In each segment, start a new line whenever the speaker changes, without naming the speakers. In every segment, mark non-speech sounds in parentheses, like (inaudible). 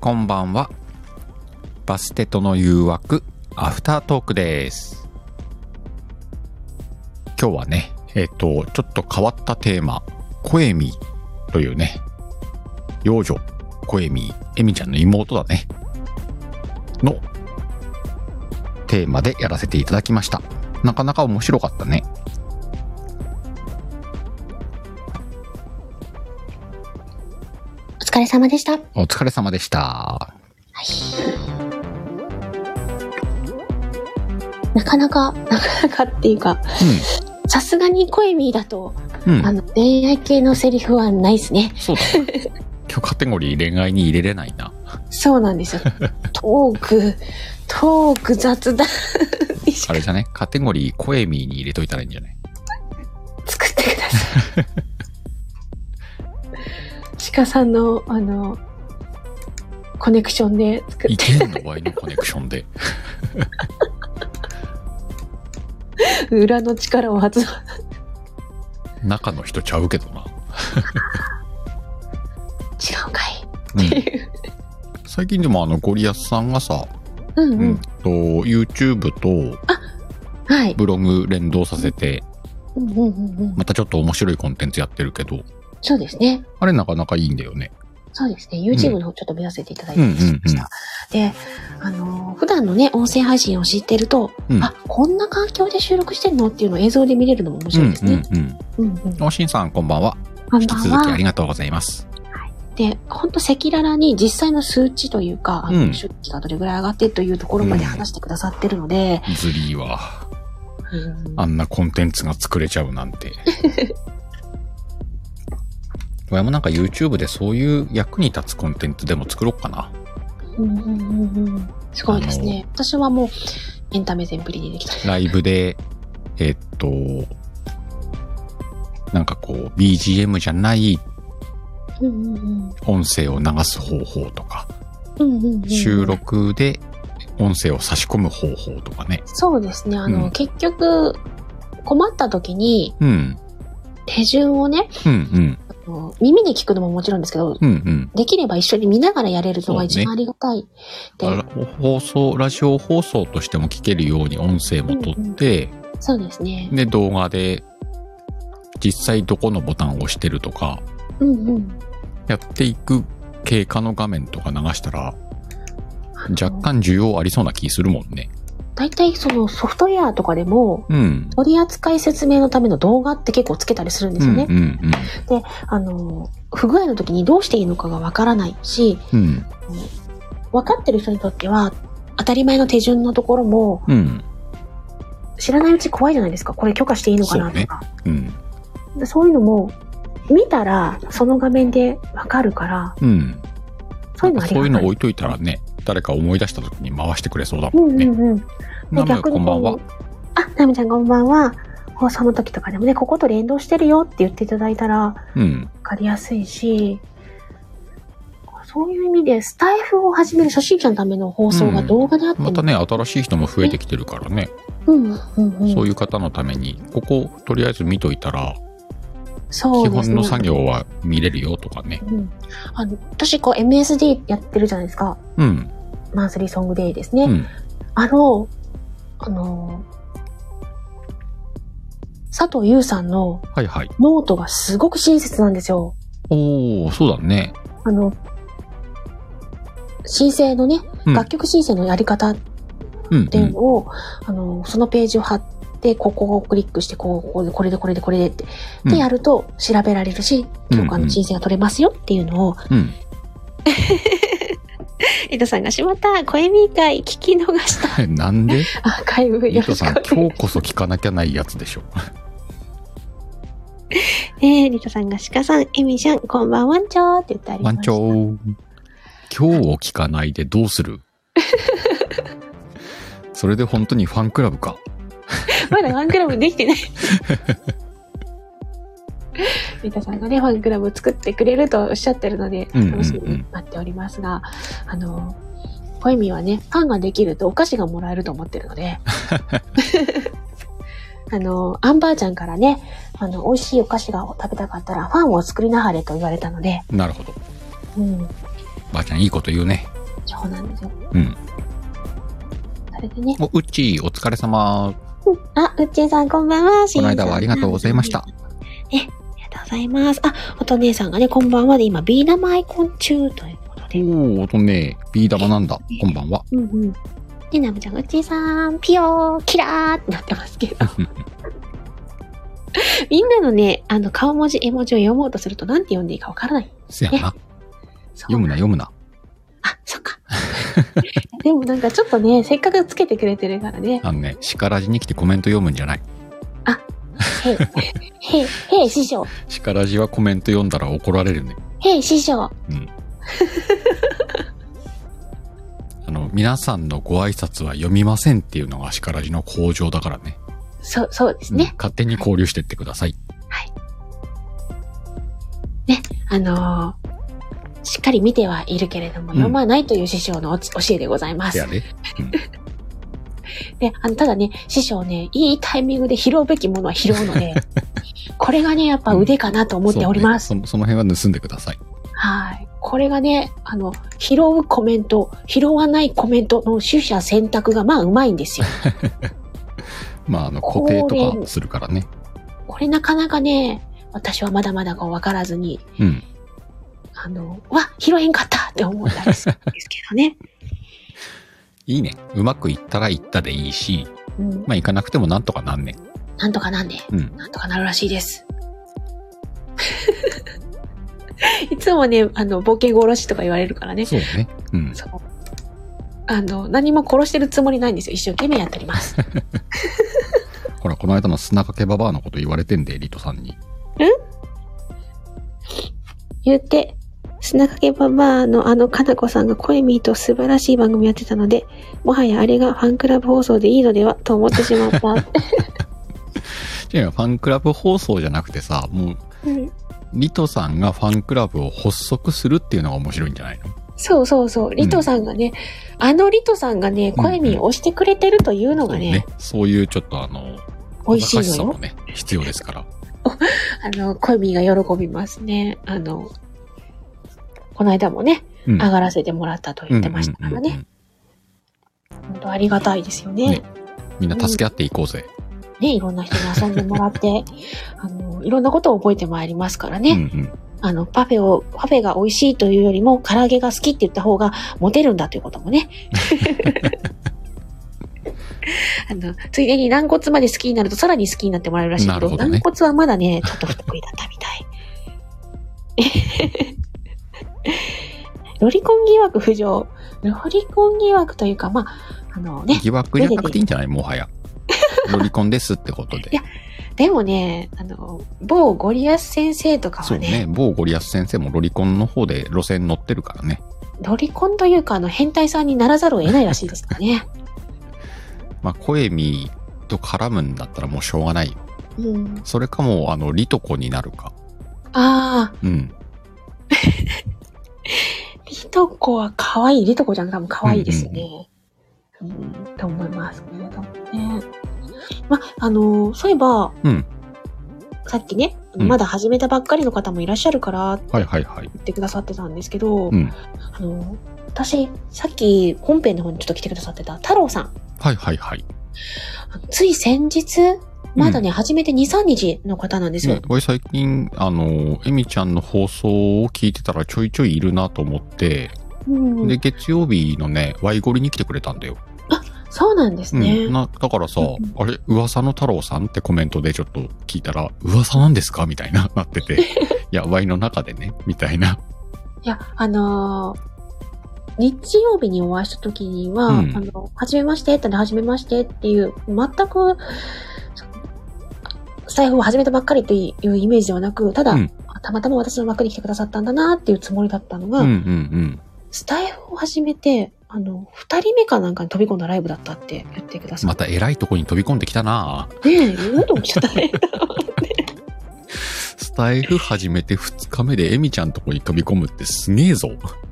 こんばんはバステとの誘惑アフタートークです今日はねえっ、とちょっと変わったテーマ「コエミ」というね幼女コエミエミちゃんの妹だねのテーマでやらせていただきましたなかなか面白かったね
お疲れ様でした。はい。
お疲れ様でした
なかなか、なかなかっていうか、さすがに声ミーだと、
うんうん
あの、恋愛系のセリフはないですね。
そうだね今日カテゴリー恋愛に入れれないな
そうなんですよ。トーク、トーク雑談にし
あ
か
れじゃねカテゴリーコエミに入れといたらいいんじゃ
(laughs)
ない
作ってください。鹿さんの、あの、コネクションで作っ
意
て、
見の場合のコネクションで
裏の力を発動。
中の人ちゃうけどな、
違うんかい。 (laughs)
うん、最近でもあのゴリアスさんがさ、
うん
う
うん
ん。と YouTube と
はい。
ブログ連動させて
うんうんうんうん。
またちょっと面白いコンテンツやってるけど
そうですね。
あれなかなかいいんだよね
そうですね。YouTube の方ちょっと見させていただい
うん
て
うんうん
ました。で、あのー、普段のね、音声配信を知ってると、
うん
あ、こんな環境で収録してんのっていうのを映像で見れるのも面
うん
白いですね。
うんうん
うんうん。
おしんさんこんばんは
こん
引き
ば
続
ん
きあり
は。
がとうございます
で、ほんと赤裸々に実際の数値というか、あ
う
の
ん
出費がどれぐらい上がってというところまで話してくださってるので、
ズリーは
うん
あんなコンテンツが作れちゃうなんて (laughs) 親もなんか YouTube でそういう役に立つコンテンツでも作ろうかな
うんうんうんうんすごいですね。私はもう、エンタメ全振りでできた。
ライブで、えっと、なんかこう、BGM じゃない
うんうんうん
音声を流す方法とか、
うんうんうん
収録で音声を差し込む方法とかね。
そうですね。あの、
うん
結局、困った時に
うん。
手順をね、
うんうん。
あの耳で聞くのももちろんですけど、
うんうん。
できれば一緒に見ながらやれるの
そう
が
ね
一番ありがたい。で、
あら放送、ラジオ放送としても聞けるように音声も取って、
そうですね。
で、動画で実際どこのボタンを押してるとか、
うんうん。
やっていく経過の画面とか流したら、若干需要ありそうな気するもんね。
大体そのソフトウェアとかでも、
うん。
取扱説明のための動画って結構つけたりするんですよね。
うんうんうん。
あの、不具合の時にどうしていいのかがわからないし、
うん。
分かってる人にとっては、当たり前の手順のところも、
うん。
知らないうち怖いじゃないですか。これ許可していいのかなとか。
そうねうん。
でそういうのも、見たら、その画面でわかるから、
うん。
そういうのあり
そう
が
いう
た
の
い。
置いといたらね、誰か思い出した時に回してくれそうだもん
う
ね。
んうんうん。で
ナム
逆に
こんばんは
こ。うあ、ナムちゃんこんばんは。放送の時とかでもね、ここと連動してるよって言っていただいたら、わ
うん。
かりやすいし、そういう意味で、スタイフを始める初心者のための放送が
うん
動画であっても、
またね、新しい人も増えてきてるからね、
うんうんうん。
そういう方のために、ここ、とりあえず見といたら、
そ
基
うです
本
ね
の作業は見れるよとかね。
うん、あの私、こう、MSD やってるじゃないですか。
うん。
マンスリーソングデイですね。
うん。
あの、あの、佐藤優さんの
はいはい。
ノートがすごく親切なんですよ。
おー、そうだね。
あの、申請のね、
うん
楽曲申請のやり方っ
うん
て
う。
いうんのを、あの、そのページを貼って、ここをクリックして、こう、こうこれでこれでこれでって、
うん
でやると調べられるし、
うん
許可の申請が取れますよっていうのを、
うん。
リトさんがしまった、声見会聞き逃
(laughs)
した
なんで
アーカイブ
ゆ
(laughs) よ
うと
ろし
さ
く
ん、
お願
今
い
日こそ聞かなきゃないやつでしょ。
ねえ、リトさんが鹿さん、エミちゃん、こんばんはんちょーって言ってありま
ワ
した。
ンチョー。今日を聞かないでどうする (laughs) それで本当にファンクラブか。
まだファンクラブできてない。リタさんがね、ファンクラブを作ってくれるとおっしゃってるので、
うんうんうん
楽しみに待っておりますが、あの、ポエミはね、ファンができるとお菓子がもらえると思ってるの
(laughs)
で、あの、アンバーちゃんからね、あの、美味しいお菓子が食べたかったら、ファンを作りなはれと言われたので、
なるほど。
うん。
ばあちゃんいいこと言うね。
そうなんですよ。
うん。
それでね。
お、うっちー、お疲れ様。
あ、うっちーさんこんばんは。し
こ
ん
の
さん
間はありがとうございました。。
ありがとうございます。あ、おと姉さんがね、こんばんはで今、ビー玉アイコン中ということ
お
で。
ー、おとね、ビー玉なんだ。こんばんは。
うんうん。で、ナムちゃんが、うっちーさん、ピヨー、キラーってなってますけど。みんなのね、あの、顔文字、絵文字を読もうとすると、なんて読んでいいかわからない。
せやな。
そう
読むな、読むな。
あ、そっか。でもなんかちょっとね、せっかくつけてくれてるからね。
あのね、叱らじに来てコメント読むんじゃない。
へい、へい、へい、師匠。
叱らじはコメント読んだら怒られるね。
へい、師匠。
あの、皆さんのご挨拶は読みませんっていうのが叱らじの向上だからね。
そう、そうです
うん
ね。
勝手に交流してってください。
あのーしっかり見てはいるけれども、
うん
読まないという師匠のおつ教えでございま
せ
す。
やで。
で、あの、ただね、師匠ね、いいタイミングで拾うべきものは拾うの
(laughs)
で、これがね、やっぱ腕かなと思っております。
そうねそその辺は盗んでください。
はい。これがね、あの、拾うコメント、拾わないコメントの取捨選択がまあうまいんです
(laughs)
よ。
まあ、あの、固定
こ
と
れ
かするからね。
これなかなかね、私はまだまだこう分からずに、
うん。
あの、うわ、拾えんかったって思ったりするんですけ
(laughs)
どね。
いいね。うまくいったらいったでいいし、
うん、
まあ、いかなくてもなんとかなんねん。
なんとかなんで、
うん。
なんとかなるらしい
(laughs)
です。いつもね、あの、ボケ殺しとか言われるからね。
そうね。うん。
そう。あの、何も殺してるつもりないんですよ。一生懸命やってお
(laughs)
ります。
ほら、この間の砂かけババアのこと言われてんで、リトさんに。
言うて、砂かけババアのあのかなこさんが声ミーと素晴らしい番組やってたので、もはやあれがファンクラブ放送でいいのではと思ってし
(laughs)
まった。
じゃあ、ファンクラブ放送じゃなくてさ、もう、
うん
リトさんがファンクラブを発足するっていうのが面白いんじゃないの
そうそうそう。リトさんがね、あのリトさんがね、
うん
声に押してくれてるというのがね、
そういうちょっとあの、
美味しい
しさ
の
も
よ。
ね、必要ですから。
あの、声ミが喜びますね。あの、この間もね、
うん
上がらせてもらったと言ってましたから
うんうんうんう
ね。
ん
本当ありがたいですよね。
ねみんな助け合っていこうぜ。
ね、いろんな人に遊んでもらって、 (laughs) あの、いろんなことを覚えてまいりますからね。
うんうん
あの、パフェを、パフェが美味しいというよりも、唐揚げが好きって言った方がモテるんだということ
(laughs)
もね。あの、ついでに軟骨まで好きになるとさらに好きになってもらえるらしいけ
な
ど、
るほどね
軟骨はまだね、ちょっと不得意だったみたい。 (laughs) ロリコン疑惑浮上。ロリコン疑惑というか、まあ、あのね、
疑惑じゃなくていいんじゃないもはや。ロリコンですってことで
い。やでもね、あの、某ゴリアス先生とか
そ
は
うね。某ゴリアス先生もロリコンの方で路線乗ってるからね。
ロリコンというか、あの、変態さんにならざるを得ないらしいですか
(laughs)
らね。
まあ、コエミと絡むんだったらもうしょうがないよ。
うん。
それかもう、あの、リトコになるか。
ああ、
うん。
リトコは可愛い。リトコちゃんが多分可愛いですね。うんと思いますけれどもね。ま、あの、そういえば、
うん
さっきね、
うん
まだ始めたばっかりの方もいらっしゃるからって
はいはいはい。
言ってくださってたんですけど、
うん。
あの、私、さっき本編の方にちょっと来てくださってた太郎さん。
はいはいはい。
あのつい先日、まだね、始めて2、3日の方なんですよ。
ね、これ最近、あの、エミちゃんの放送を聞いてたらちょいちょいいるなと思って、
うん
で、月曜日のね、ワイゴリに来てくれたんだよ。
そうなんですね。
うん。な、だからさ、
うん
あれ、噂の太郎さんってコメントでちょっと聞いたら、噂なんですかみたいな、 (laughs) なってて。
(laughs)
いや、ワイの中でね、みたいな。
いや、あのー日曜日にお会いした時には、
うん
あの、はじめましてってね、はじめましてっていう、全く、そスタイフを始めたばっかりというイメージではなく、ただ、
うん
たまたま私の枠に来てくださったんだなっていうつもりだったのが、
うんうんうん。
スタイフを始めて、あの、二人目かなんかに飛び込んだライブだったって言ってくださ
ま
って。
た偉いとこに飛び込んできたなぁ
ねえ、言うと思っちゃったね。
スタイフ始めて2日目でエミちゃんとこに飛び込むってすげえぞ。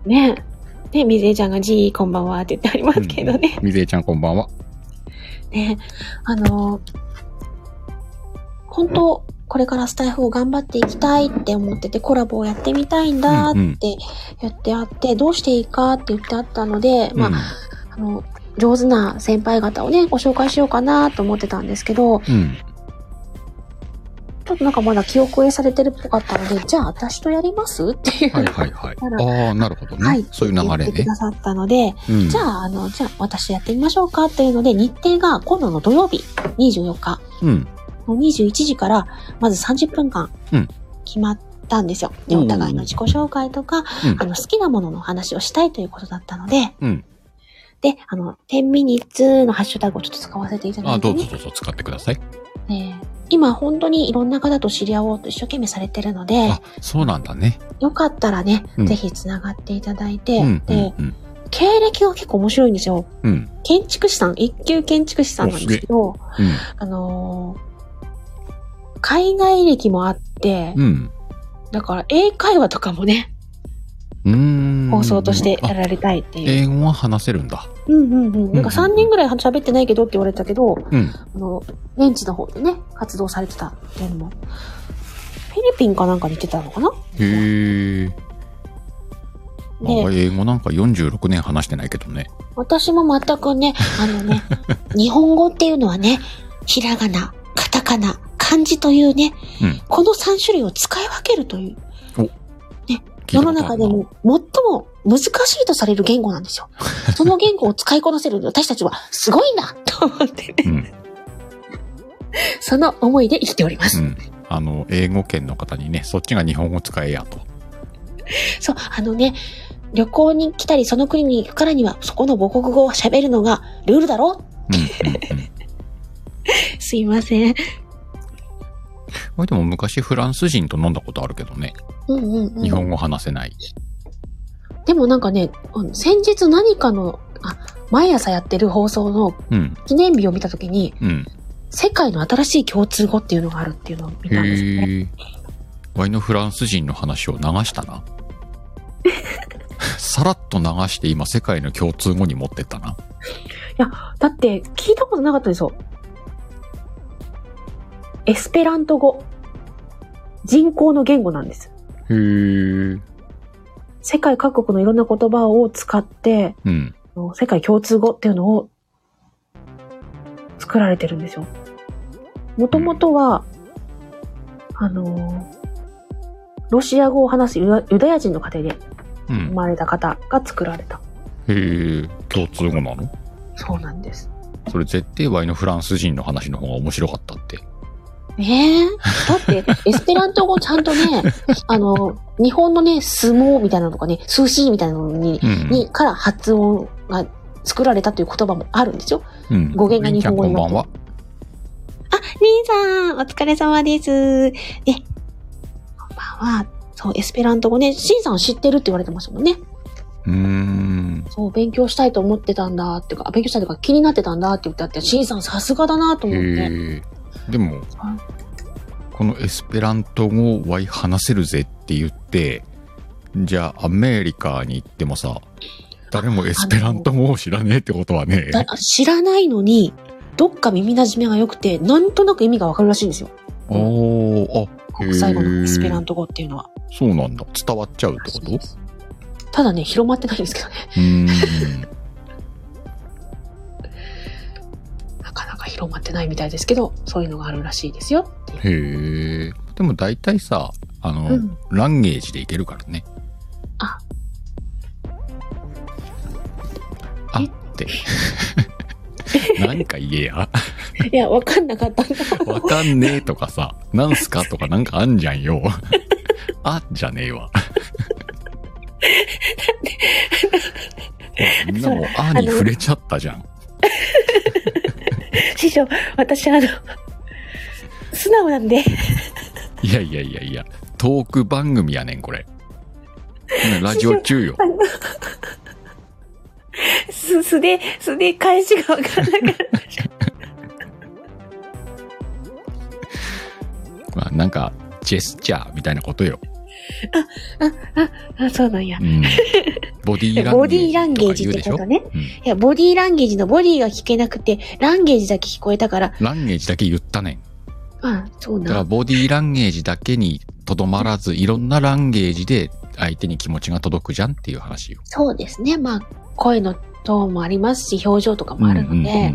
ねえ。ねえ、みずえちゃんが、じー、こんばんはって言ってありますけどね。
みずえちゃんこんばんは。
ね、あの、本当、これからスタイフを頑張っていきたいって思ってて、コラボをやってみたいんだっ
うんうん
て言ってあって、どうしていいかって言ってあったので、まあ
うん、
あの、上手な先輩方をね、ご紹介しようかなと思ってたんですけど、
うん。
ちょっとなんかまだ記憶へされてるっぽかったので、じゃあ私とやりますっていう、
はいはいはい
な。
ああ、なるほどね。
(laughs) はい
そういう
言っ
流れ
てく
ね
だ。さったので、
うん、
じゃあ、あの、じゃあ私やってみましょうかっていうので、日程が今度の土曜日、24日
うん。
の21時から、まず30分間
うん、
決まったんですよ。で、
おー
お互いの自己紹介とか、あの、好きなものの話をしたいということだったので、
うん。
で、あの、10ミニッツのハッシュタグをちょっと使わせていただ
あ
い
どう
て、ね
ぞ、どうぞ使ってください。
えー今本当にいろんな方と知り合おうと一生懸命されてるので、
あ、そうなんだね。
よかったらね、
うん
ぜひつながっていただいて、
うん。う
で
ん。うん
経歴が結構面白いんですよ。
うん。
建築士さん、一級建築士さんなんですけど、
うん。
あのー海外歴もあって、
うん。
だから英会話とかもね、
うーん。
放送としてや
あ
られたいっていう。
英語は話せるんだ。
うんうんうん。なんか
うんうん
3人ぐらい喋ってないけどって言われたけど、
うん。
あの、現地の方でね、活動されてたっていうのも、フィリピンかなんかに行ってたのかな
へえ。
で
あ英語なんか46年話してないけどね。
私も全くね、あのね、日本語っていうのはね、ひらがな、カタカナ、漢字というね、
うん
この3種類を使い分けるという、
聞い
世
た
の
ことあ
中
る
で
な
も最も難しいとされる言語なんですよ。
(laughs)
その言語を使いこなせる私たちはすごいんだと思ってね、
うん。
その思いで生きております。
うん。あの、英語圏の方にね、そっちが日本語使えやと。
そう、あのね、旅行に来たりその国に行くからには、そこの母国語を喋るのがルールだろ
うん。うん。 (laughs) うん。
すいません。
あでも昔フランス人と飲んだことあるけどね。
うんうん、うん。
日本語話せない。
でもなんかね、あの先日何かの、あ、毎朝やってる放送の
うん。
記念日を見たときに、
うん。
世界の新しい共通語っていうのがあるっていうのを見たんですよね。
へえ。ワイのフランス人の話を流した
(laughs)
な。さらっと流して今世界の共通語に持ってったな。
だって、聞いたことなかったんですよ。エスペラント語。人口の言語なんです。
へえ。
世界各国のいろんな言葉を使って、
うん。
あの世界共通語っていうのを作られてるんですよ。もともとは、あのー、ロシア語を話すユダユダヤ人の家庭で
う
生
ん。
まれた方が作られた。
へえ。共通語なの
そうなんです。
それ絶対ワイのフランス人の話の方が面白かったって。
ねえ。
(laughs)
だって、エスペラント語ちゃんとね、あの、日本のね、相撲みたいなのとかね、スーシーみたいなのに、
うん。
にから発音が作られたという言葉もあるんですよ。
うん、
語源が日本語
りん
に
ちゃんこんばん
な
は
っ。あ、姉さん、お疲れ様です。ね。こんばんは。そう、エスペラント語ね、シンさん知ってるって言われてましたもんね。
うーん。
そう、勉強したいと思ってたんだっていうか、あ勉強したいというか気になってたんだって言ってあって、シンさんさすがだなと思って。
へえ。でも、このエスペラント語をわい話せるぜって言って、じゃあアメリカに行ってもさ、誰もエスペラント語を知らねえってことはね、
だ知らないのに、どっか耳馴染みが良くて、なんとなく意味がわかるらしいんですよ。
おー、あ、
国際語のエスペラン
ト。
ト語っていうのは。
そうなんだ。伝わっちゃうってことう
ただね、広まってないんですけどね。
ーん。
なかなか広まってないみたいですけど、そういうのがあるらしい (laughs) ですよってい
へ
う。
え。でも大体さ、あの、
うん
ランゲージでいけるからね。
あ。
あって。 (laughs) 何か言えや。
いや、わかんなかったんだ。
わかんねえとかさ、なんすかとかなんかあんじゃんよ。あ、じゃねえわ。みんなもうあに触れちゃったじゃん。
師匠、私あの、素直なんで。
いやいやいやいや、トーク番組やねん、これ。ラジオ中よ。
素、素で、素で返しがわからなかっ
まあ、なんか、ジェスチャーみたいなことよ。
(laughs) た。あ、そうなんや
う。ん。ボディーランゲージ。
ボディーランゲージってことね。いや、ボディーランゲージのボディが聞けなくて、ランゲージだけ聞こえたから、
うん。ランゲージだけ言ったねん。
まあ、そう
だから
な。
ボディーランゲージだけにとどまらず、いろんなランゲージで相手に気持ちが届くじゃんっていう話よ。
そうですね。まあ、声のトーンもありますし、表情とかもあるので、
うんうんうん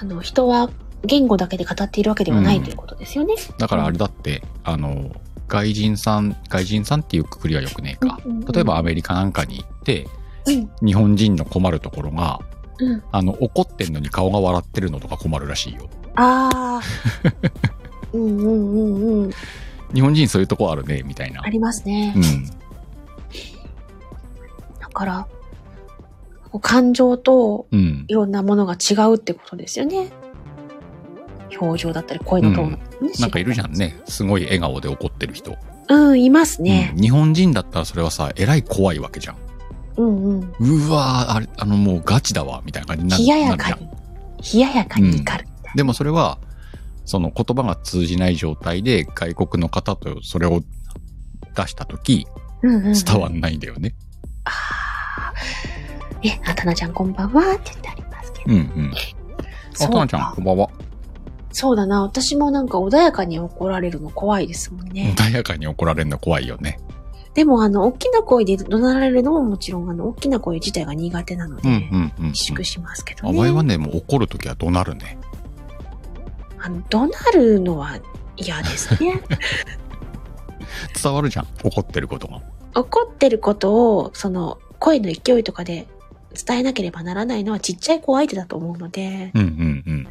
あの、人は言語だけで語っているわけではない
うん
ということですよね。
だからあれだって、あの、外人さん、外人さんっていうくくりはよくねえか
うんうんう。ん
例えばアメリカなんかに行って、
うん、
日本人の困るところが、
うん。
あの、怒ってんのに顔が笑ってるのとか困るらしいよ。
ああ。うんうんうんうん。
日本人そういうとこあるね、みたいな
あ。りますね。
うん。
だから、こう感情と
うん。
いろんなものが違うってことですよね。表情だったり、声のトーンだったりね、
なんかいるじゃんね。すごい笑顔で怒ってる人。
うん、いますね。
うん日本人だったらそれはさ、えらい怖いわけじゃん。
うん、うん、
うわーあれ、あのもうガチだわ、みたいな感じになる
冷やや
な
か
るじ
に、冷ややかに怒る。
ゃんでもそれは、その言葉が通じない状態で外国の方とそれを出したとき、
うん、うん。
伝わんないんだよね。
あーね、あたなちゃんこんばんはって言ってありますけど。
うんうん。あ、
そ
た
うか
なちゃん、こんばんは。
そうだな。私もなんか穏やかに怒られるの怖いですもんね。
穏やかに怒られるの怖いよね。
でも、あの、大きな声で怒鳴られるのももちろん、あの、大きな声自体が苦手なので、
うんうんうん、うん。
萎縮しますけど
あ、
ね。
前はね、もう怒るときは怒鳴るね。
あの、怒鳴るのは嫌です
(laughs)
ね。
伝わるじゃん、怒ってることが。
怒ってることを、その、声の勢いとかで伝えなければならないのはちっちゃい子相手だと思うので、
うんうんうん。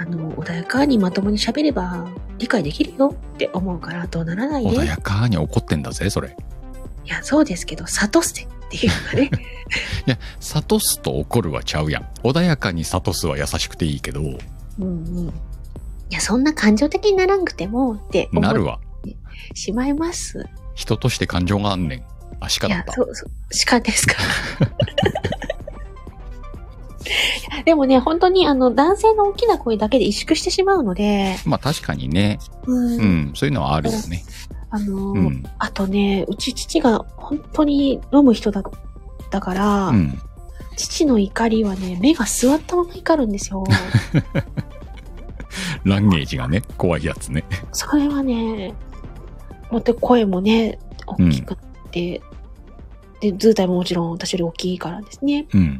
あの、穏やかにまともに喋れば理解できるよって思うから、どうならない
穏
ね。
やかに怒ってんだぜ、それ。
いや、そうですけど、悟せっていう
(laughs)
かね。
いや、諭すと怒るはちゃうやん。穏やかに諭すは優しくていいけど、
うんうん。いや、そんな感情的にならんくても、って思
なる
っ
わ。
てしまいます。
人として感情があんねん。あ、鹿
い
だっ
や、
た。
そう、そう、鹿です
(laughs)
か。でもね、本当にあの、男性の大きな声だけで萎縮してしまうので、
まあ確かにね、
うん
うん、そういうのはあるよね。
あの、
うん。
あとね、うち父が本当に飲む人だだから、
うん。
父の怒りはね、目が座ったまま怒るんですよ。
ランゲージがね、怖いやつね。
それはね、もって声もね、大きくなって、で、図体ももちろん私より大きいからですね。
うん。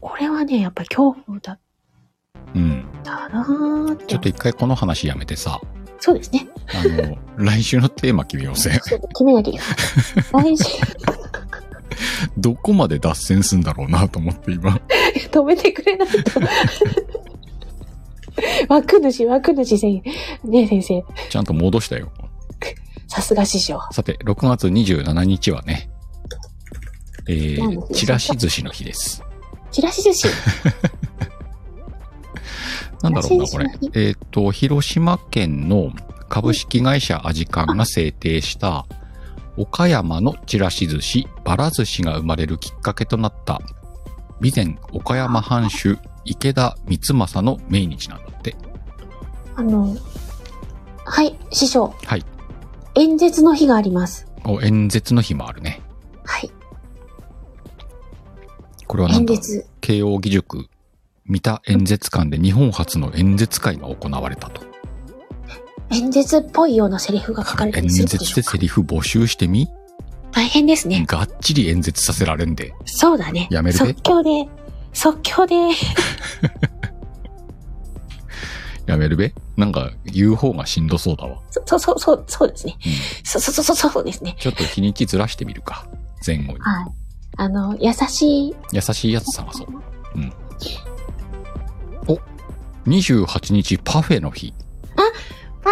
これはね、やっぱり恐怖だっ
うん。
たなーって。
ちょっと一回この話やめてさ、
そうですね。
あ
(laughs)
の、来週のテーマ決めようぜ。
そう決めなきゃいけない。来週、
どこまで脱線すんだろうなと思って今。
止めてくれないと。枠主、枠主先生。ねえ先生。
ちゃんと戻したよ。
さすが師匠。
さて、6月27日はね、え
何の
ー、
日
ちらし寿司の日です。
チラシ寿司。
なんだろうな、こ
チ
れ
ラシ寿司の。
えっ、と、広島県の株式会社アジカンが制定した、岡山のちらし寿司、ばら寿司が生まれるきっかけとなった、備前岡山藩主、池田光政の命日なんだって。
あの、はい、師匠。
はい。
演説の日があります。
お演説の日もあるね。
はい。
これはなん
演
と、
説。
慶応義塾、三田演説館で日本初の演説会が行われたと。
演説っぽいようなセリフが書かれた
演
りするんで
説
しょう
で
か
セ。リフ募集してみ
大変ですね。
がっちり演説させられんで。
そうだね。
やめるべ
即興で、即興で、
やめるべなんか言う方がしんどそうだわ。
そそうそうそう、そうですね。
うん
そうそうそうそうそうですね。
ちょっと日にちずらしてみるか。前後に。
はい。あの、優しい。
優しいやつ探そう。うん。お !28 日パフェの日。
パーフ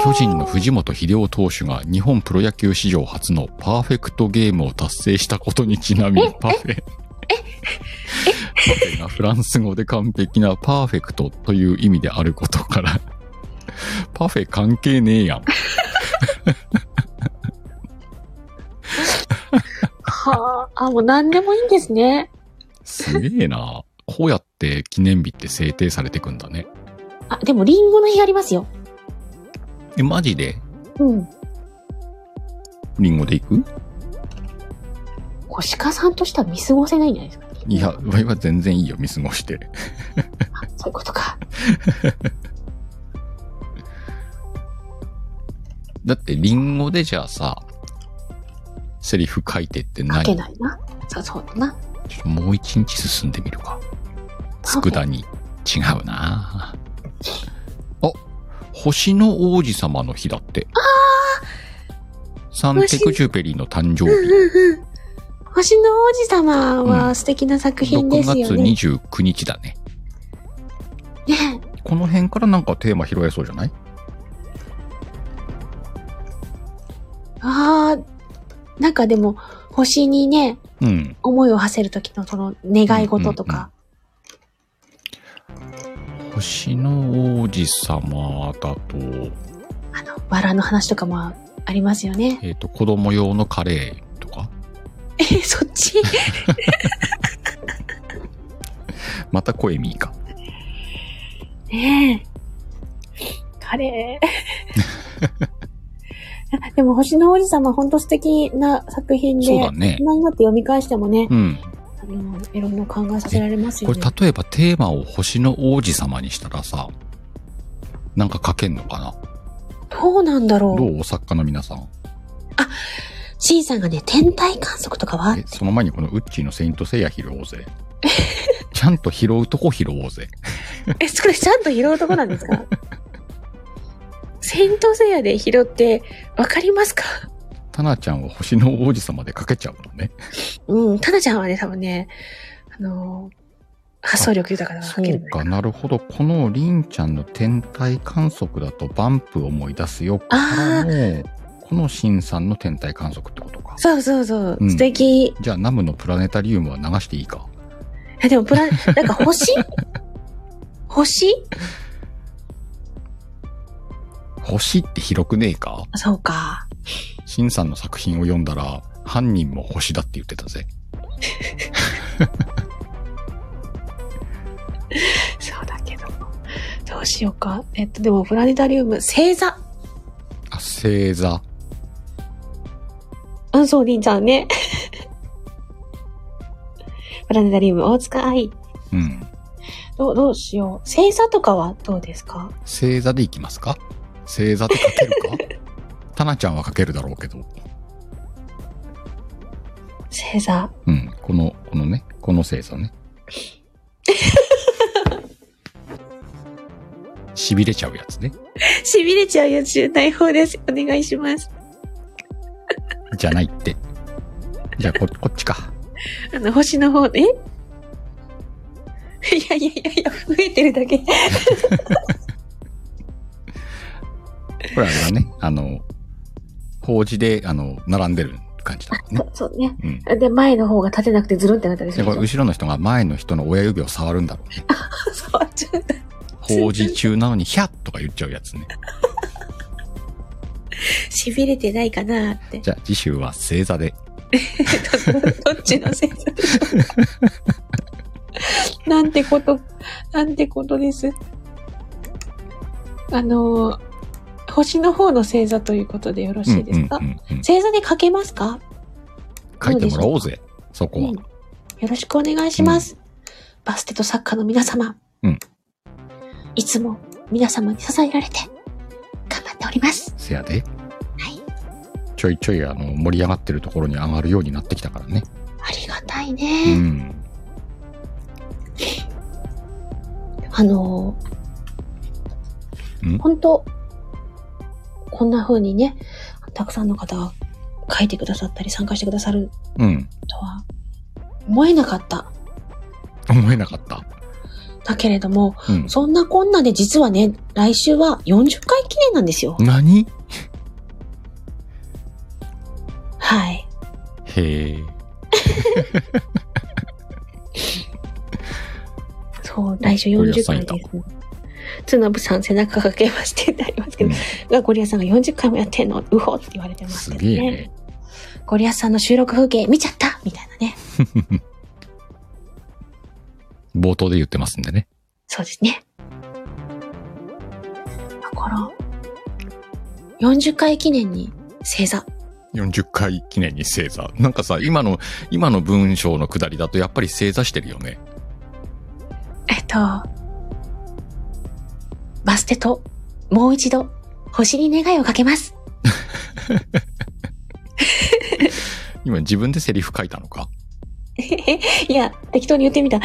ェー
巨人の藤本秀夫投手が日本プロ野球史上初のパーフェクトゲームを達成したことにちなみパフ (laughs) ェ。パフェがフランス語で完璧なパーフェクトという意味であることから、パフェ関係ねえやん。
はあ、あ、もう何でもいいんですね。
すげえな。こうやって記念日って制定されてくんだね。
あ、でもリンゴの日がありますよ。
え、マジで
うん。
リンゴでいく
こう鹿さんとしては見過ごせないんじゃないですか。
いや、わいは全然いいよ、見過ごして。
そういうことか。
だってリンゴでじゃあさ、セリフ書いてってな
書
い。
け
ちょ
ないな。そうそうだな。
っともう一日進んでみるか。つくだに違うなあ、星の王子様の日だって。サンテクジュペリーの誕生
うん
日。
うんうん。星の王子様
う
は素敵な作品で
6
すよね。
月29日だね。
ね
この辺からなんかテーマ拾えそうじゃない
ああ、なんかでも、星にね、
うん。
思いを馳せる時のその願い事とか。
星の王子様だと、
あの、バラの話とかもありますよね。
えっ、と、子供用のカレーとか、
え、そっち
(laughs) また声ミーか。
ねえ。カ
(laughs)
レー。でも、星の王子様、ほんと素敵な作品で、
そう
大
だ
人
ね。
になって読み返してもね、
うん。
あのいろいろ考えさせられますよ
こ
ね。
れ、例えばテーマを星の王子様にしたらさ、なんか書けんのかな
どうなんだろ
ど
う。
うお作家の皆さん。
C さんがね、天体観測とかは
え、その前にこのウッチーのセイントセイヤ拾おうぜ。ちゃんと拾うとこ拾おうぜ。
え、それちゃんと拾うとこなんですかセイントセイヤで拾って、わかりますか
タナちゃんは星の王子様で書けちゃうのね。
うん、タナちゃんはね、多分ね、あのー発想力豊かだから
そ
書け
う
る
ん
だよ
か、なるほど。このリンちゃんの天体観測だとバンプを思い出すよからの、このシンさんの天体観測ってことか。
そうそうそう、
うん
素敵。
じゃあナムのプラネタリウムは流していいか。
え、でもプラ、なんか星 (laughs) 星
星って広くねえか
そうか。
シンさんの作品を読んだら、犯人も星だって言ってたぜ。
そうだけど。どうしようか。えっと、でもプラネタリウム、星座。
あ、星座。
うん、そう、りんちゃんね。 (laughs) プラネタリウム、大塚愛。
うん。
どう、どうしよう。星座とかはどうですか
星座でいきますか星座で書けるかタナちゃんは書けるだろうけど。
星座。
うん。この、このね、この星座
(laughs)
ね。痺れちゃうやつね。
痺れちゃうやつじゃない方です。お願いします。
じゃないって。じゃあこ、こっちか。
あの、星の方、え (laughs) いやいやいやいや、増えてるだけ。 (laughs)
これあれだね。あの、法事で、あの、並んでる感じだもんね。
そうね。
うん。
で、前の方が立てなくてズルンってなったりす
で、
る
こ
で
れ
しょ。
後ろの人が前の人の親指を触るんだろうね。
触っちゃった。
法事中なのに、ヒャッとか言っちゃうやつね。
痺れてないかなって。
じゃあ、次週は星座で。
(laughs) どっちの星座でしょうかなんてこと、なんてことです。あのー、星の方の星座ということでよろしいですか、
うんうんうんうん
星座で書けますか
書いてもらおうぜ。そこは。
うんよろしくお願いします。バステと作家の皆様。
うん
いつも皆様に支えられて、頑張っております。
せやで。
はい。
ちょいちょい、あの、盛り上がってるところに上がるようになってきたからね。
ありがたいうね。
ん。
あの
うん
ー、本当こんな風にね、たくさんの方が書いてくださったり参加してくださる
うん。
とは思えなかった。
思えなかった。
だけれども、
うん。
そんなこんなで実はね、来週は40回記念なんですよ。
何
はい。
へえ。
そう、来週
ゴリア
40
スさん
回
いた
です。つなぶさん背中かけましてってありますけ
う
ど、
ん
がゴリアスさんが40回もやってんの、うほって言われてます
す
けど
げえ
ね。
ね。
ゴリアスさんの収録風景見ちゃったみたいなね。
冒頭で言ってますんでね。
そうですね。だから、40回記念に星座。
40回記念に星座。なんかさ、今の、今の文章の下りだとやっぱり星座してるよね。
えっと、バステともう一度星に願いをかけます。
今自分でセリフ書いたのか
いや、適当に言ってみ (laughs) た。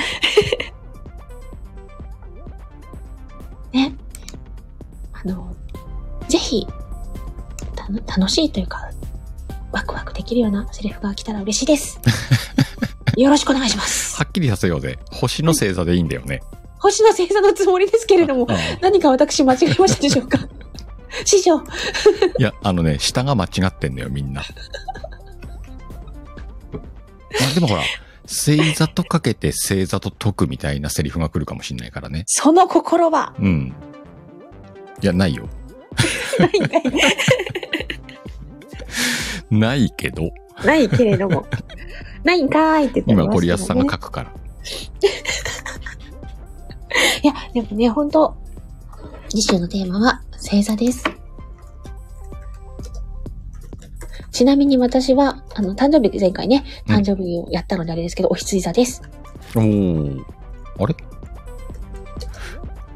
ね。あの、ぜひ、たの楽しいというか、ワクワクできるようなセリフが来たら嬉しい (laughs) です。よろしくお願いします。
はっきりさせようぜ。星の星座でいいんだよね。
星野星座のつもりですけれども
うん、
何か私間違えましたでしょうか (laughs) 師匠、
いや、あのね、下が間違ってんだよ、みんな。まあでもほら、星座とかけて星座と解くみたいなセリフが来るかもしんないからね。
その心 (laughs) は、
うん。いや、ないよ。
ないんかい
ないけど、
ないけれども。ないんかーいって言って
今、
ましたけどね
リアスさんが書くから。
いや、でもね、本当次週のテーマは、星座です。ちなみに私は、あの、誕生日、前回ね、
うん
誕生日をやったのであれですけど、お羊座です。
おー。あれ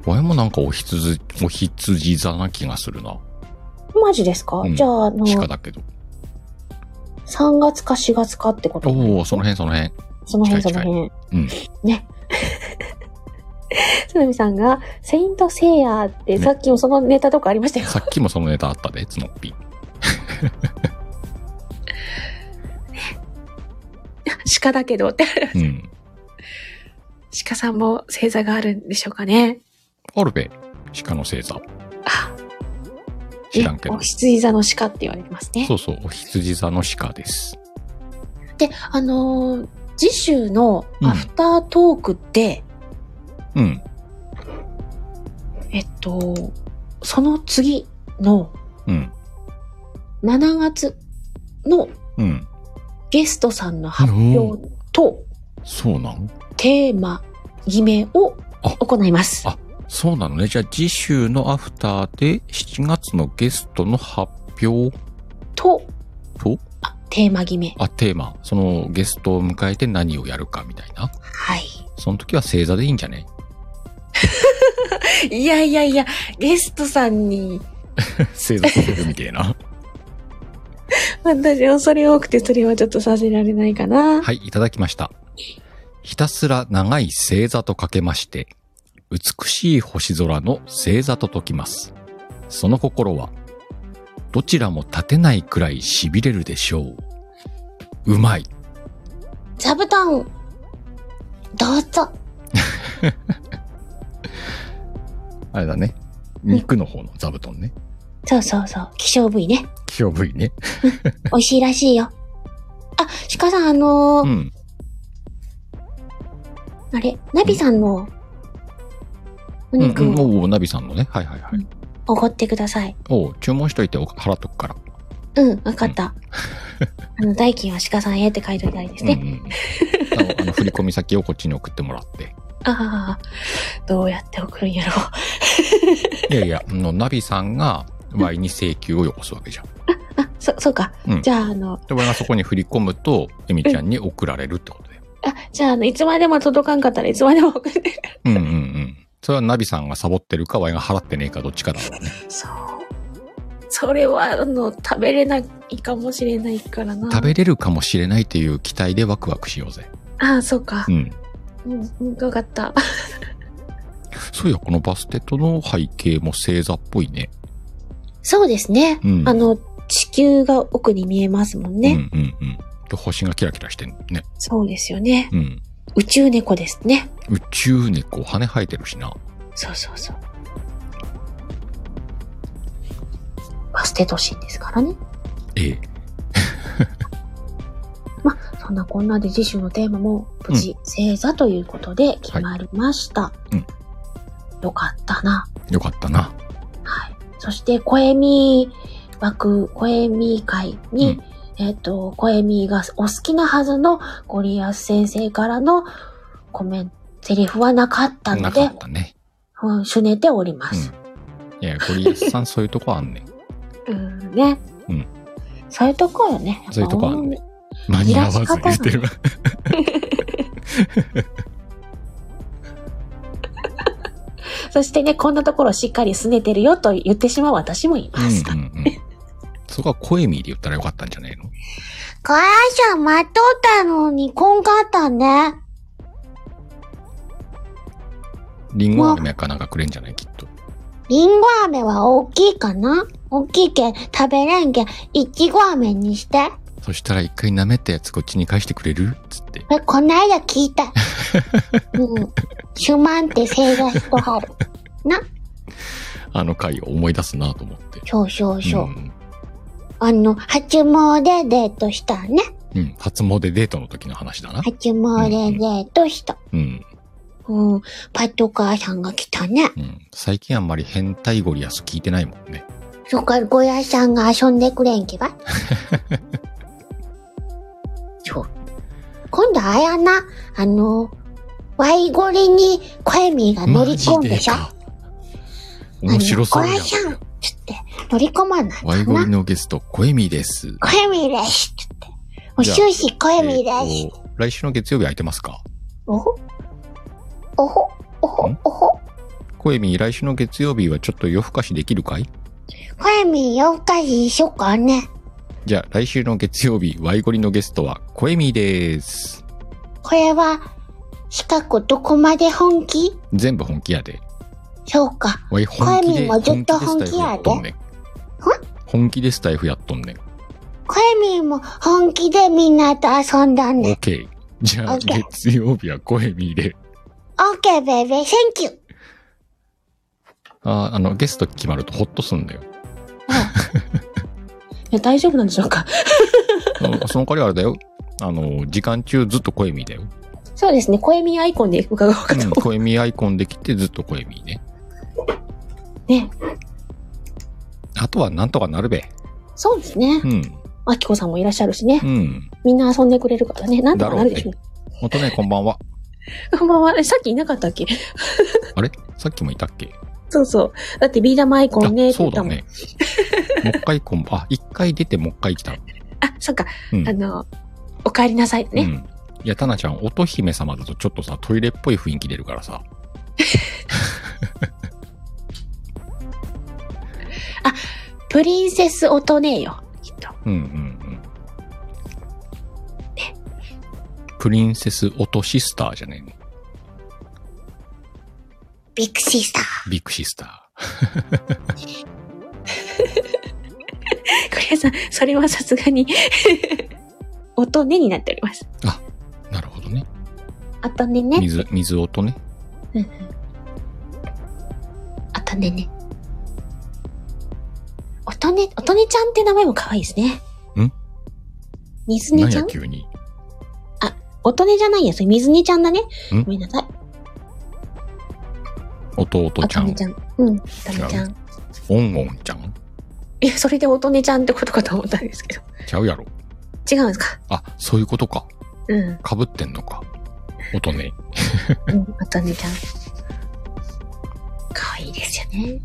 わやもなんかおひつじ、おひつじ座な気がするな。
マジですか、
うん
じゃあ、あの、
鹿だけど。
3月か4月かってこと
おー、その辺その辺。
その辺、
近
そ
い近
の
い
辺。
うん
ね。 (laughs) つなみさんが、セイントセイヤーって、
ね
さっきもそのネタとかありましたよ。
さっきもそのネタあったで、つのっぴ。
鹿だけどって。 (laughs)
うん。
鹿さんも星座があるんでしょうかね。
あるべ。鹿の星座。
あ
知らんけ
ね
ど
お。羊座の鹿って言われてますね
そ。うそう、お羊座の鹿です。
で、あのー次週の
うん
アフタートークで、
うん。
えっと、その次の
うん。
7月の
うん。
ゲストさんの発表と
そうなん
テーマ決めを
あ
行います。
そうなのね。じゃあ次週のアフターで7月のゲストの発表
と、
と、
あテーマ決め。
あ、テーマ。そのゲストを迎えて何をやるかみたいな。
はい。
その時は星座でいいんじゃね
いやいやいや、ゲストさんに、
(laughs) 星座させるみたいな。
私恐れ多くてそれはちょっとさせられないかな。
(laughs) はい、いただきました。ひたすら長い星座とかけまして、美しい星空の星座と解きます。その心は、どちらも立てないくらい痺れるでしょう。うまい。
座布団、どうぞ。
あれだね。肉の方の座布団ね。
そうそうそう、希少部位ね。
気を部位ね。
美味しいらしいよ。あ、鹿さん、あの
う
ー
ん。
あれ、ナビさんの、お
うん、
肉
うん。
を
おうナビさんのね。はいはいは
う
い
ん。おごってください。
おう注文しといてお払っとくから。
うん、わかった。あの、代金は鹿さんへって書いといたらいいです
うんう
ね。
ん。あの、あの振り込み先をこっちに送ってもら
(laughs)
って。
ああ、どうやって送るんやろう。 (laughs)
いやいや、あの、ナビさんが Y に請求をよこすわけじゃん。
あ、そ、そうか。
うん
じゃあ、あの、
で、俺がそこに振り込むと、エミちゃんに送られるってことだよ。
あ、じゃあ、あの、いつまでも届かんかったらいつまでも送って。 (laughs)
うんうんうん。それはナビさんがサボってるか、ワイが払ってねえか、どっちかだろうね。
そう。それは、あの、食べれないかもしれないからな。
食べれるかもしれないっていう期待でワクワクしようぜ。
ああ、そうか
う。ん。
うん、うん、わかった。
そういや、このバステットの背景も星座っぽいね。
そうですね。
うん。
あ、の、地球が奥に見えますもんね。
うんうんうん。で、星がキラキラしてんね。
そうですよね。
うん。
宇宙猫ですね。
宇宙猫、羽生えてるしな。
そうそうそう。バステトシンですからね。
ええ。
そんなこんなで次週のテーマも無事星座ということで決まりました。
うん
よかったな。
よかったな。
はい。そして、声見枠、声見会に、えっ、と、声見がお好きなはずのゴリアス先生からのコメント、セリフはなかったの
なか
で
っ、たね。
うん、しゅねておりま
うん
す。。
いや、ゴリアスさん、そういうとこあ (laughs) んねん。
うん、ね。
うん
そういうとこよね。
そういうとこあるね
やっぱ
間に合わず言ってる。
そしてね、こんなところしっかりすねてるよと言ってしまう私もいます。
うんうんうん。そこは声ミーで言ったらよかったんじゃないの
ガヤちゃん待っとったのに、こんかったね。
リンゴ飴かなんかくれんじゃないきっと。
リンゴ飴は大きいかな大きいけん、食べれんけん、いちご飴にして。
そしたら一回舐めたやつこっちに返してくれるつって。
え、こないだ聞い
(laughs)
た。うん。シュマンって正座しとはる。
あの回を思い出すなと思って。
そうそうそう。
ん。
あの、初詣でデートしたね。
うん。初詣デートの時の話だな。
初詣デートした。
うん。
うん。パトカーさんが来たね。
うん。最近あんまり変態ゴリアス聞いてないもんね。
そっからゴヤさんが遊んでくれんけ
(laughs)
ば。そう。今度あやな、あの、ワイゴリにコエミが乗り込んでしょ
マジでか面白そう
あの
や
ゴヤさん、つって、乗り込まない
ん。ワイ
か
ゴリ
な。
のゲスト、コエミです。
コエミです、つって。お終始コエミです
え。ーと来週の月曜日空いてますか
おほおほおほ
ん
おほ
コエミ、来週の月曜日はちょっと夜更かしできるかい
コエミ4回ししよっかね。
じゃあ来週の月曜日、ワイゴリのゲストはコエミです。
これは、四角どこまで本気
全部本気やで。
そうか。
わい本気で
コエミンもずっと本気やで
本気でスタイフやっとんねん本気でスタイフやっとんねん。
コエミンも本気でみんなと遊んだ
オッ
ね。
ケー。じゃあ
オッケー
月曜日はコエミで。
オッケーベイベー、センキュー。
あーあの、ゲスト決まるとホッとすんだよ。
いや、大丈夫なんでしょうか。
あその代わりあれだよ。あの、時間中ずっとコエミだよ。
そうですね。声見アイコンで伺おうかと (laughs)
うん、コエミアイコンできてずっとコエミね。
ね。
あとはなんとかなるべ。
そうですね
う。ん。
あきこさんもいらっしゃるしね
う。ん。
みんな遊んでくれるからね。なんとかなるでしょう。
元ね、こんばんは。
こんばんは。えさっきいなかったっけ
あれさっきもいたっけ
そうそう。だってビー玉アイコンねっ
あ
て
そ
言
う
った
だ
もん。
ね。もう一回こんばん、あ、一回出てもう一回来た。
あ、そっか。
うん
あの、お帰りなさい
うん
ね。。
いや、タナちゃん、乙姫様だとちょっとさ、トイレっぽい雰囲気出るからさ。
プリンセス音ねえよ。きっと。
うんうんうん。プリンセス音シスターじゃねえの。
ビッグシスター。
ビッグシスタ
クリアさん、それはさすがに、音ねにな (laughs) っております。
ー。なるほどね。
あとねね。
水、水音ね。
あとねね。おとね、おとねちゃんって名前も可愛いですね。
ん
水ね
なん
ちゃ
や
ん
急に。
おとねじゃないや、それ水ねちゃんだね。
ん
ごめんなさい。
弟
お
ち
と
ゃ
ね
ん
ち。ゃん。うん、おとねちゃん。
オンオンちゃん
いや、それで音ねちゃんってことかと思ったんですけど。
ちゃうやろ。
違うんですか
あ、そういうことか。
うん。
かぶってんのか。音ね。
うん、
おとねちゃん。
可愛いですよね。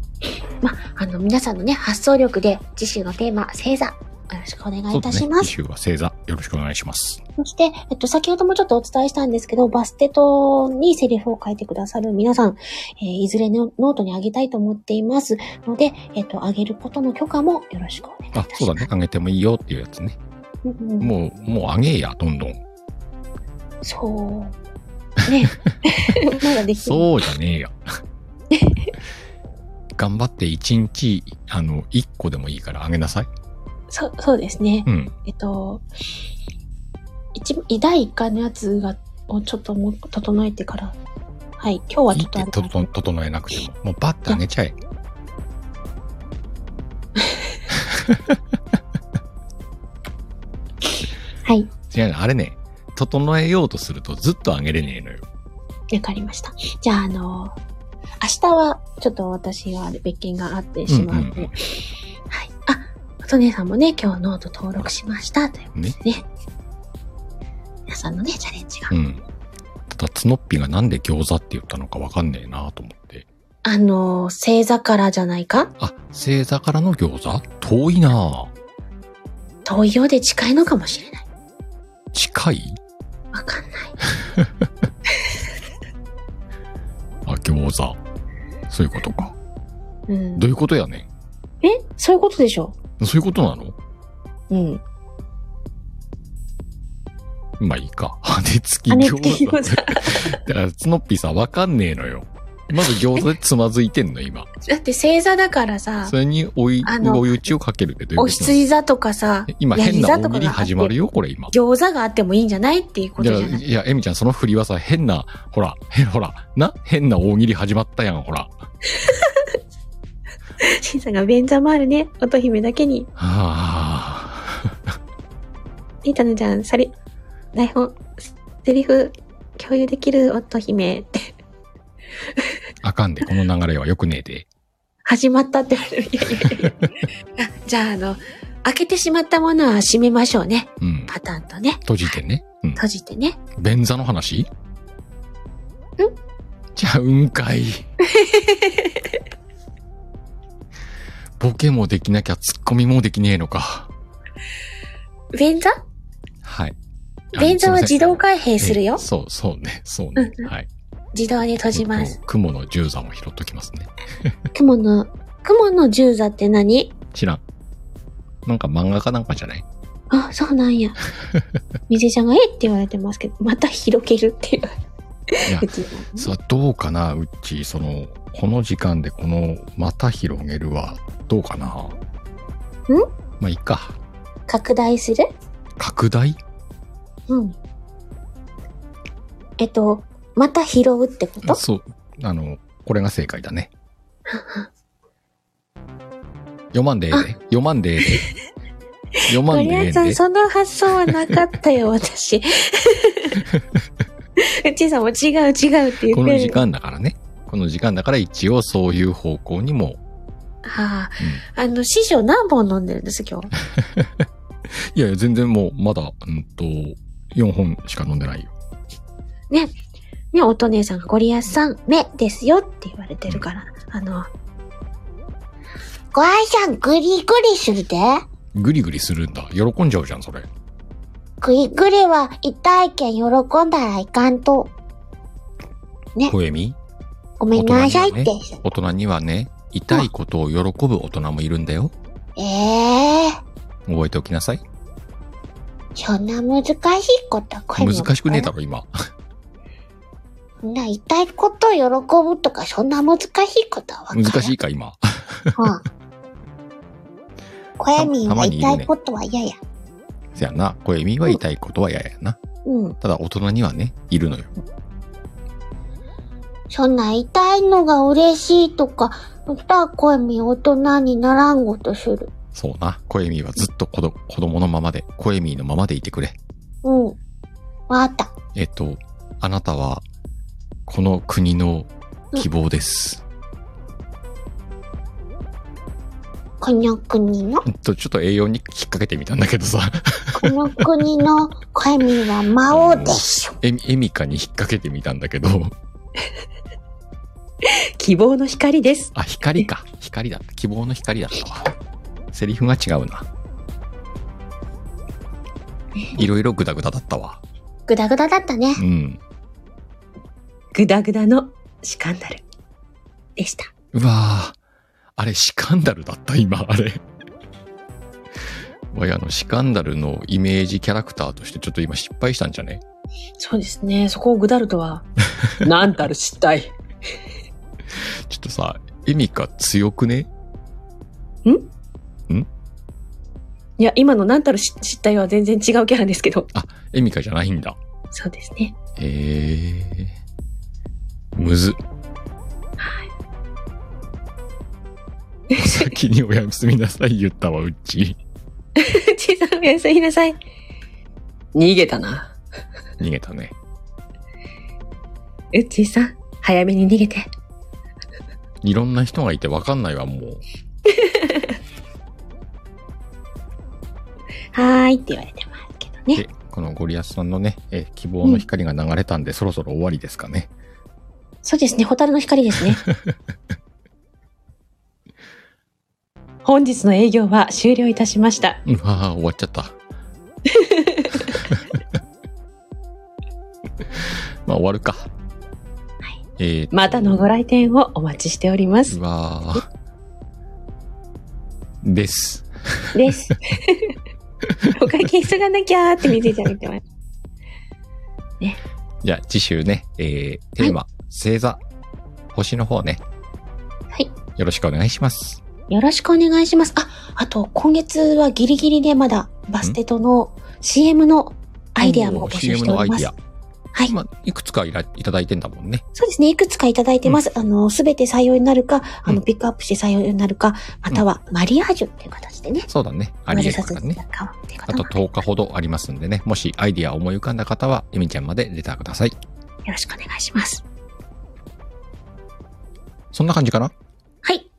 ま、あの、皆さんのね、発想力で、次週のテーマ、星座、よろしくお願いいたしま
次
す。
週は星座。よろしくお願いします。
そして、えっと、先ほどもちょっとお伝えしたんですけど、バステトにセリフを書いてくださる皆さん、えーいずれのノートにあげたいと思っていますので、えっと、あげることの許可もよろしくお願いいたしま
あ
す。、
そうだね。あげてもいいよっていうやつね。
うんうん
もう、もうあげえや、どんどん。
そ
(laughs)
う。ね。まだできない。
そうじゃねえ
(laughs)
よ。頑張って一日、あの、一個でもいいからあげなさい。
そう、そうですね。
うん。
えっと、一番、第1回のやつが、をちょっともう整えてから。はい、今日はい
い
ちょ
っ
っとあ
て
れ
とと整えなくても。もうバッてあげちゃえ。
はい。
違うのあれね、整えようとするとずっとあげれねえのよ。
わかりました。
じゃあ、あの、明日は、ちょっと私が別件があってしまうの
うんうんう
で
ん、
はい。あ、おとねさんもね、今日ノート登録しました、ということでね。皆さんのね、チャレンジが。
うん。ただ、つのっぴがなんで餃子って言ったのかわかんねえなと思って。
あの、星座からじゃないか
あ、星座からの餃子遠いな
遠いようで近いのかもしれない。
近い
わかんない。
あ、餃子。そういうことか。
うん
どう。いうことやね
えそういうことでしょ
ん。そういうことなの
うん。
まあいいか。羽根付き
羽根
餃
付き
子。
餃 (laughs) 子。
だから、スノッピーさんわかんねえのよ。まず餃子でつまずいてんの、今。
だって星座だからさ
そ、れにおい、
あの
お湯ちをかけるってどう
お
いうことなの
羊座とかさ、
今変な
ヤギ座と
大
か
喜利
があって
始まるよ、これ今。
餃子があってもいいんじゃないっていうこ
じゃ
と
あ、
じゃない。
いや、エミちゃん、その振りはさ、変な、ほら、へ、ほら、な、変な大喜利始まったやん、ほら。
シンさんが便座もあるね。乙姫だけに。
は
ね、たのちゃん、さり、台本、セリフ、共有できる乙姫って、
(laughs) あ、あかんで、この流れはよくねえで。
始まったって言われるいやいやいや。あじゃあ、あの、開けてしまったものは閉めましょうね。
うん。
パターンとね。
閉じてね。うん。
閉じてね。
便座の話んじゃあ、うんかい。ボケもできなきゃ、ツッコミもできねえのか。
便座
はい。あ
便座は
すいませ
自
ん
動開閉する
え
よ
え。そう、そうね、そうね。
うんうん
はい。
自動で閉じま
え
す
っ。と雲の十座も拾っときますね。
雲の、雲の十座って何
知らん。なんか漫画かなんかじゃない
あ、そうな
(laughs)
んや。水ちゃんがええって言われてますけど、また広げるっていう。
い
(laughs)
や
うちの
さあ、どうかなうっちー、その、この時間でこの、また広げるは、どうかなうんまあ、いいか。
拡大する
拡大
うん。えっと、また拾うってこと
そう。あの、これが正解だね。読まんでええで。読まんでええで。読ま
ゴ
んでええ
リア
ん
さ
で
ん、。その発想はなかったよ、私。 (laughs) うちさんも違う違うって言ってる。
この時間だからね。この時間だから一応そういう方向にも、
はあ
うん、
あの、師匠何本飲んでるんです、今日。
いやいや、全然もう、まだ、うんと、4本しか飲んでないよ。
ね、おと姉さんがゴリアスさん、目ですよって言われてるから、あの、
ご愛さん、グリグリするで。
グリグリするんだ。喜んじゃうじゃん、それ。
グリグリは痛いけん喜んだらいかんと。
声み
ごめんなさいです。
大人にはね、痛いことを喜ぶ大人もいるんだよ。
ええ
覚えておきなさい。
そんな難しいことこれ
難しくねえだろ、今。
そんな痛いことを喜ぶとか、そんな難しいことはわからん。
難しいか、今。 (laughs)
うん。小闇
たま
が
にいるね
痛いことは嫌や。
せやな、声みは痛いことは嫌やな。
うん。
ただ、大人にはね、いるのよ。
そんな痛いのが嬉しいとか、また小闇大人にならんごとする。
そうな。声みはずっと子ど子供のままで、声みのままでいてくれ。
うん。わかった。
えっと、あなたは、この国の希望です。
この国
(laughs)
の
うんと、ちょっと栄養に引っ掛けてみたんだけどさ、
この国の神は魔王でしょ。
エミエミカに引っ掛けてみたんだけど、
(laughs) 希望の光です。
あ、光か。光だった。希望の光だったわ。セリフが違うな。いろいろグダグダだったわ。
グダグダだったね。
うん。
グダグダのシカンダル。でした。
うわぁ。あれ、シカンダルだった、今、あれ。 (laughs) わい、あの、シカンダルのイメージキャラクターとしてちょっと今失敗したんじゃね
そうですね。そこをグダるとは。 (laughs) なんたる失態。
ちょっとさ、エミカ強くね
いや、今のなんたる失失態は全然違うキャラですけど。
エミカじゃないんだ。
そうですね。
へえ。むず。はい。 (laughs) 先におやすみなさい言ったわ、うっち。
うちさん、おやすみなさい。逃げたな。
逃げたね。
うっちーさん、早めに逃げて。
いろんな人がいてわかんないわ、もう。
はーいって言われてますけどね。
で、このゴリアスさんのね、え希望の光が流れたんで、そろそろ終わりですかね。
そうですね、蛍の
(laughs)
光ですね。
本日の営業は終了いたしました。
うわぁ、終わっちゃ (laughs) った。まあ、終わるか。えー
またのご来店をお待ちしております
う。わぁ。です。
(laughs)
です。お会計急がなきゃーって見ていただいてます。
じゃあ次週ね、えー、テーマ、星座、星の方ね。
はい。
よろしくお願いします。
よろしくお願いします。あ、あと、今月はギリギリでまだバステとの CM のアイデアも募集しており
CM
ます
のアイ。デ
はい
ィア。。まあ、いくつかいらいただいてんだもんね。
そうですね。いくつかいただいてます。あの、すべて採用になるか、あ
う
の、
ん
ピックアップして採用になるか、またはマリアージュっていう形でね。
そうだね。ありえるから
混ぜ
ね
さ。せていただくかっていう
あ
こと
と
も
10日ほどありますんでね。もしアイディアを思い浮かんだ方は、エミちゃんまでレターください。
よろしくお願いします。
そんな感じかな
はい。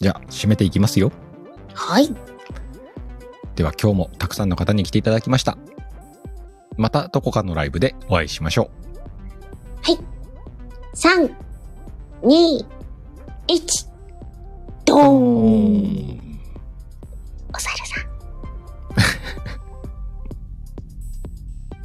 じゃあ、締めていきますよ。
はい。
では今日もたくさんの方に来ていただきました。またどこかのライブでお会いしましょう。
3、2、1、ドーン